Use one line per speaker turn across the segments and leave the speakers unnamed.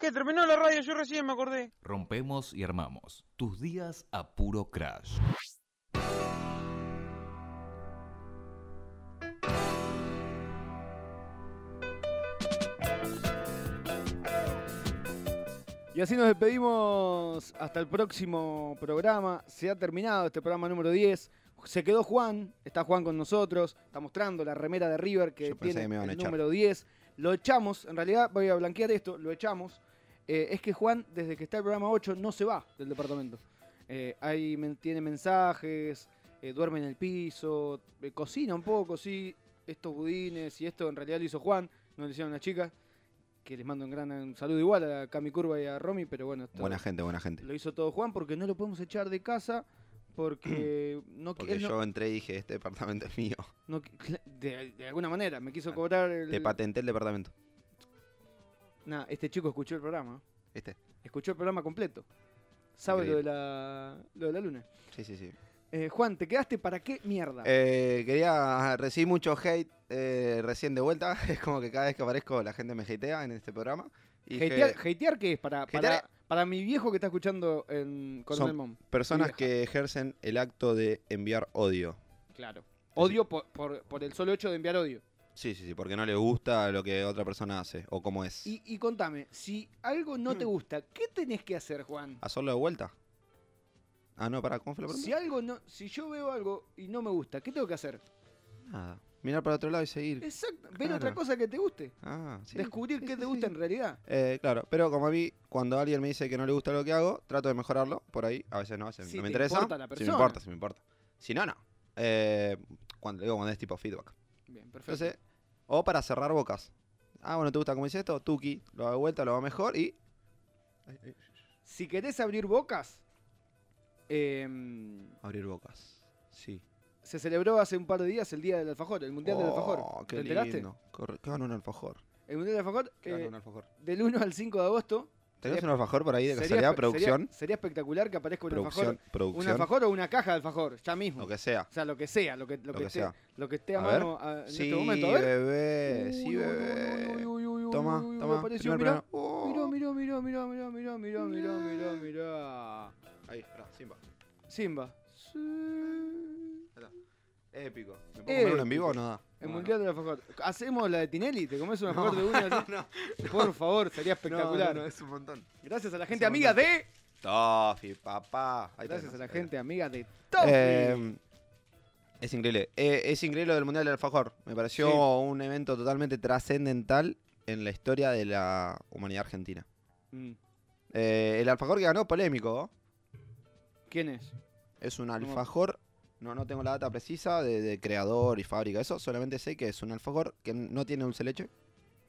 ¿Qué? Terminó la radio, yo recién me acordé.
Rompemos y armamos. Tus días a puro crash.
Y así nos despedimos hasta el próximo programa. Se ha terminado este programa número 10. Se quedó Juan, está Juan con nosotros, está mostrando la remera de River que
Yo pensé
tiene
que me iban a
el
echar.
número 10. Lo echamos, en realidad voy a blanquear esto, lo echamos. Eh, es que Juan, desde que está el programa 8, no se va del departamento. Eh, ahí men- tiene mensajes, eh, duerme en el piso, eh, cocina un poco, sí, estos budines y esto en realidad lo hizo Juan, no lo hicieron las chicas, que les mando un gran un saludo igual a Cami Curva y a Romy, pero bueno, esto
Buena gente, buena gente.
lo hizo todo Juan porque no lo podemos echar de casa porque no, qui-
Porque
él no-
yo entré y dije, este departamento es mío.
no qui- de, de alguna manera me quiso cobrar el...
Te patenté el departamento.
Nah, este chico escuchó el programa,
Este.
escuchó el programa completo, sabe lo de,
Increíble.
la, lo de la luna.
Sí, sí, sí.
Eh, Juan, ¿te quedaste para qué mierda?
Eh, quería recibir mucho hate eh, recién de vuelta. Es como que cada vez que aparezco la gente me hatea en este programa. Y dije,
¿Hatear, hatear qué es? Para, para,
Hatear-
para mi viejo que está escuchando en Coronel
Son-
Mom.
personas
vieja.
que ejercen el acto de enviar odio.
Claro. Odio por, por- por el solo hecho de enviar odio.
Sí, sí, sí, porque no le gusta lo que otra persona hace o cómo es.
Y, y contame, si algo no te gusta, ¿qué tenés que hacer, Juan?
¿Hacerlo de vuelta? Ah, no, para, ¿cómo fue la pregunta?
Si algo no, si yo veo algo y no me gusta, ¿qué tengo que hacer?
Nada. Mirar para otro lado y seguir.
Exacto, ver
Claro.
otra cosa que te guste,
Ah, sí.
descubrir
Sí,
qué
sí,
te gusta
sí.
en realidad.
Eh, claro, pero como a mí, cuando alguien me dice que no le gusta lo que hago, trato de mejorarlo por ahí. A veces no, a veces
Si
no
te
me interesa.
importa la
si me
persona.
importa, si me importa. Si no, no. Eh, cuando digo cuando es tipo feedback.
Bien, perfecto.
Entonces, o para cerrar bocas. Ah, bueno, ¿te gusta cómo hice esto? Tuki, lo hago de vuelta, lo hago mejor y.
Si querés abrir bocas, eh,
Abrir bocas. Sí.
se celebró hace un par de días el Día del Alfajor, el Mundial del Alfajor.
Oh,
¿Te
qué
enteraste?
lindo. Corre- ¿Qué gana un alfajor?
El Mundial del Alfajor,
¿Qué gana
eh,
un alfajor?
del 1 al 5 de agosto,
¿Tenés
sería-
un alfajor por ahí de
Sería
casualidad?
espe-
producción.
Sería, sería espectacular que aparezca un
producción.
alfajor. Un
Producción.
alfajor o una caja de alfajor, ya mismo.
Lo que sea.
O sea, lo que sea, lo que, lo
Lo
que,
que
esté,
sea.
Lo que esté a,
A ver.
mano a- en
sí,
este momento. A ver.
bebé. Sí,
Uy, uy,
bebé.
uy, uy, uy, uy,
Toma,
uy, uy,
toma. Oh.
Apareció,
primer
mirá.
plano.
Mirá, mirá, mirá, mirá, mirá, mirá, mirá, mirá, mirá, mirá.
Ahí, pará, Simba.
Simba. Sí.
Épico. ¿Me puedo comer uno en vivo o no da?
Eh, El
No,
mundial del alfajor. ¿Hacemos la de Tinelli? ¿Te comes un
No,
alfajor de una? así?
no,
Por favor, sería
no,
espectacular.
no, no, es un montón.
Gracias a la gente amiga de.
Tofi, papá. Ahí está,
Gracias a la
ahí está.
gente amiga de Toffee.
Eh, es increíble. Eh, es increíble lo del Mundial del Alfajor. Me pareció
Sí.
un evento totalmente trascendental en la historia de la humanidad argentina.
Mm.
Eh, el alfajor que ganó, polémico. ¿no?
¿Quién es?
Es un
¿Cómo?
alfajor. No, no tengo la data precisa de, de creador y fábrica. Eso solamente sé que es un alfajor que no tiene dulce de leche,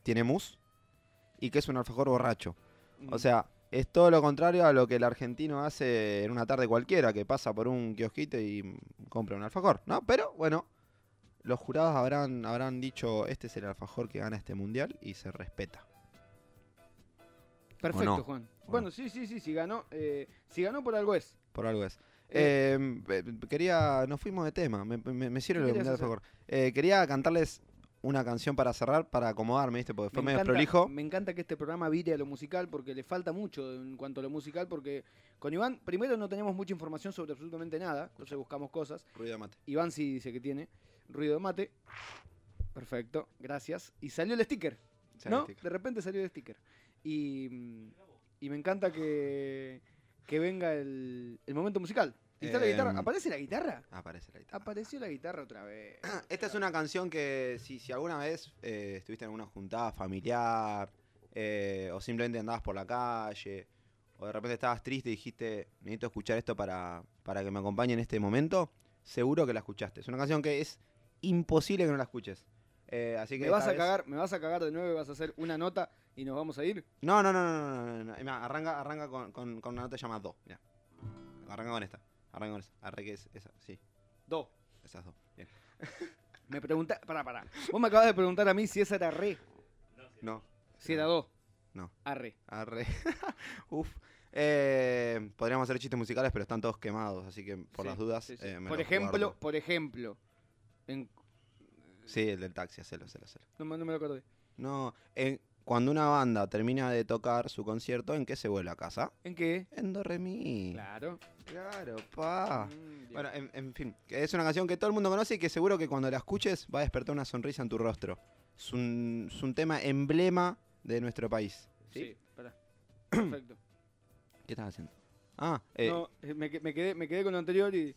tiene mousse y que es un alfajor borracho. O
Mm.
sea, es todo lo contrario a lo que el argentino hace en una tarde cualquiera, que pasa por un kiosquito y mm, compra un alfajor, ¿no? Pero bueno, los jurados habrán, habrán dicho, este es el alfajor que gana este mundial y se respeta.
Perfecto,
¿O no?
Juan. Bueno, sí, sí, sí, si ganó, eh, si ganó por algo es.
Por algo es.
Eh,
Eh, eh, quería, nos fuimos de tema, me, me- me sirve
¿Qué
lo del
querías
mundial del
hacer?
alfajor. Eh, quería cantarles una canción para cerrar, para acomodarme, ¿viste? Porque fue medio prolijo.
me encanta que este programa vire a lo musical porque le falta mucho en cuanto a lo musical porque con Iván primero no tenemos mucha información sobre absolutamente nada, entonces buscamos cosas.
Ruido de mate.
Iván sí dice que tiene ruido de mate. Perfecto, gracias. Y salió el sticker, ¿no? De repente salió el sticker. Y, mm, y me encanta que, que venga el, el momento musical. Y está la
Em,
guitarra. ¿Aparece la guitarra?
Aparece la guitarra.
Apareció la guitarra otra vez.
Esta es una canción que si, si alguna vez eh, estuviste en alguna juntada familiar eh, o simplemente andabas por la calle o de repente estabas triste y dijiste necesito escuchar esto para, para que me acompañe en este momento, seguro que la escuchaste. Es una canción que es imposible que no la escuches. Eh, así que
Me vas
esta
a
vez-
cagar, me vas a cagar de nuevo, y vas a hacer una nota y nos vamos a ir.
No, no, no, no, no, no, no, no. Eh, mirá, Arranca, arranca con, con- con una nota llamada Do. mirá. Arranca con esta. Arranca con esa. Arre que es esa. Sí,
Do.
esas dos. Bien.
Me pregunta, pará, pará. Vos me acabas de preguntar a mí si esa era re,
No.
si era Ah, do.
No.
Arre.
Arre. Uf. Eh, podríamos hacer chistes musicales, pero están todos quemados, así que por
Sí,
las dudas.
sí, sí.
eh, me
por
los
ejemplo,
guardo.
por ejemplo. en-
Sí, el del taxi, hacelo, hacelo, hacelo.
no, me- no me lo acordé.
No, en cuando una banda termina de tocar su concierto, ¿en qué se vuelve a casa?
¿En qué?
En do re mi.
Claro.
Claro, pa.
Mm, bien.
Ah, Bueno, en, en fin, que es una canción que todo el mundo conoce y que seguro que cuando la escuches va a despertar una sonrisa en tu rostro. Es un, es un tema emblema de nuestro país.
sí, pará. Perfecto.
¿Qué estás haciendo? Ah, eh,
No, eh, me, que- me quedé, me quedé con lo anterior y.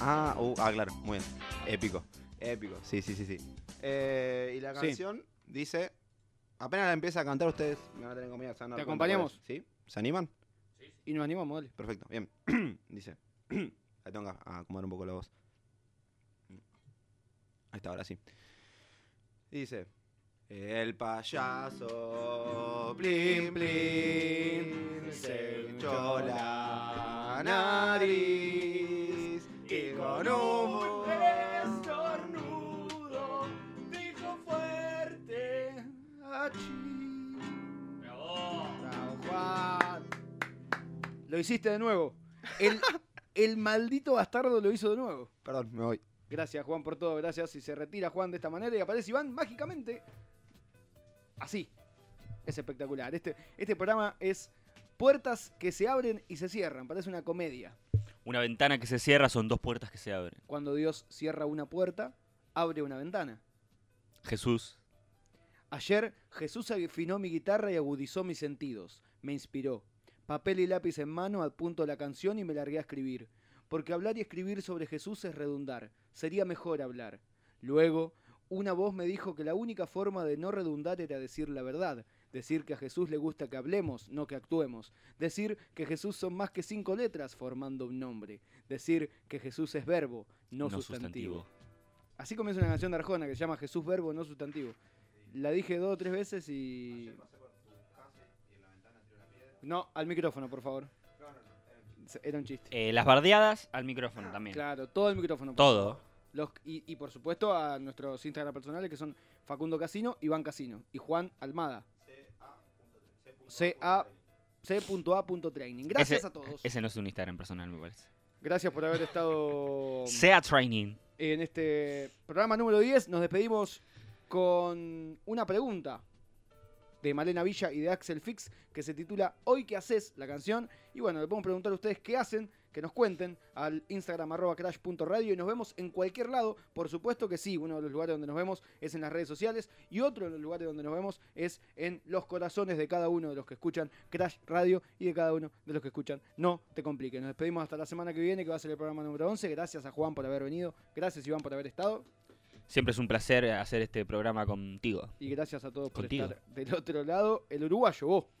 ah, uh, ah, claro, muy bien. Épico, épico, sí, sí, sí, sí. Eh, y la
Sí.
canción dice, apenas la empieza a cantar ustedes me van a tener comida.
¿Te acompañamos?
¿Sí? ¿Se animan?
Y nos animamos, dale.
Perfecto, bien. Dice. Ahí tengo que acomodar un poco la voz. Ahí está, ahora sí. Y dice. El payaso, plin, plin, se hinchó la nariz y con un
estornudo dijo fuerte achí. Bravo, Juan. Lo hiciste de nuevo. El, el maldito bastardo lo hizo de nuevo.
Perdón, me voy.
Gracias, Juan, por todo. Gracias. Y se retira Juan de esta manera y aparece Iván mágicamente. Así. Es espectacular. Este, este programa es puertas que se abren y se cierran. Parece una comedia.
Una ventana que se cierra son dos puertas que se abren.
Cuando Dios cierra una puerta, abre una ventana.
Jesús,
Ayer Jesús afinó mi guitarra y agudizó mis sentidos. Me inspiró. Papel y lápiz en mano, adpunto la canción y me largué a escribir. Porque hablar y escribir sobre Jesús es redundar. Sería mejor hablar. Luego, una voz me dijo que la única forma de no redundar era decir la verdad. Decir que a Jesús le gusta que hablemos, no que actuemos. Decir que Jesús son más que cinco letras formando un nombre. Decir que Jesús es verbo, no, sustantivo. Así comienza una canción de Arjona que se llama Jesús Verbo No Sustantivo. La dije dos o tres veces y. No, al micrófono, por favor. Se- Era un chiste.
Eh, las bardeadas al micrófono también.
Ah, Claro, todo el micrófono. por
Em. Todo.
favor. Los, y, y por supuesto a nuestros Instagram personales que son Facundo Casino, Iván Casino y Juan Almada. C.A. C.A.Training. Gracias
Ese-
a todos.
Ese no es un Instagram personal, me parece.
Gracias por haber estado.
Sea Training.
en este programa número 10 nos despedimos con una pregunta de Malena Villa y de Axel Fix que se titula Hoy qué haces la canción y bueno le podemos preguntar a ustedes qué hacen que nos cuenten al Instagram arroba crash.radio y nos vemos en cualquier lado por supuesto que sí uno de los lugares donde nos vemos es en las redes sociales y otro de los lugares donde nos vemos es en los corazones de cada uno de los que escuchan Crash Radio y de cada uno de los que escuchan No Te Compliques. Nos despedimos hasta la semana que viene, que va a ser el programa número 11. Gracias a Juan por haber venido, gracias Iván por haber estado
Siempre es un placer hacer este programa contigo.
y gracias a todos por
Contigo.
estar del otro lado. El uruguayo, vos.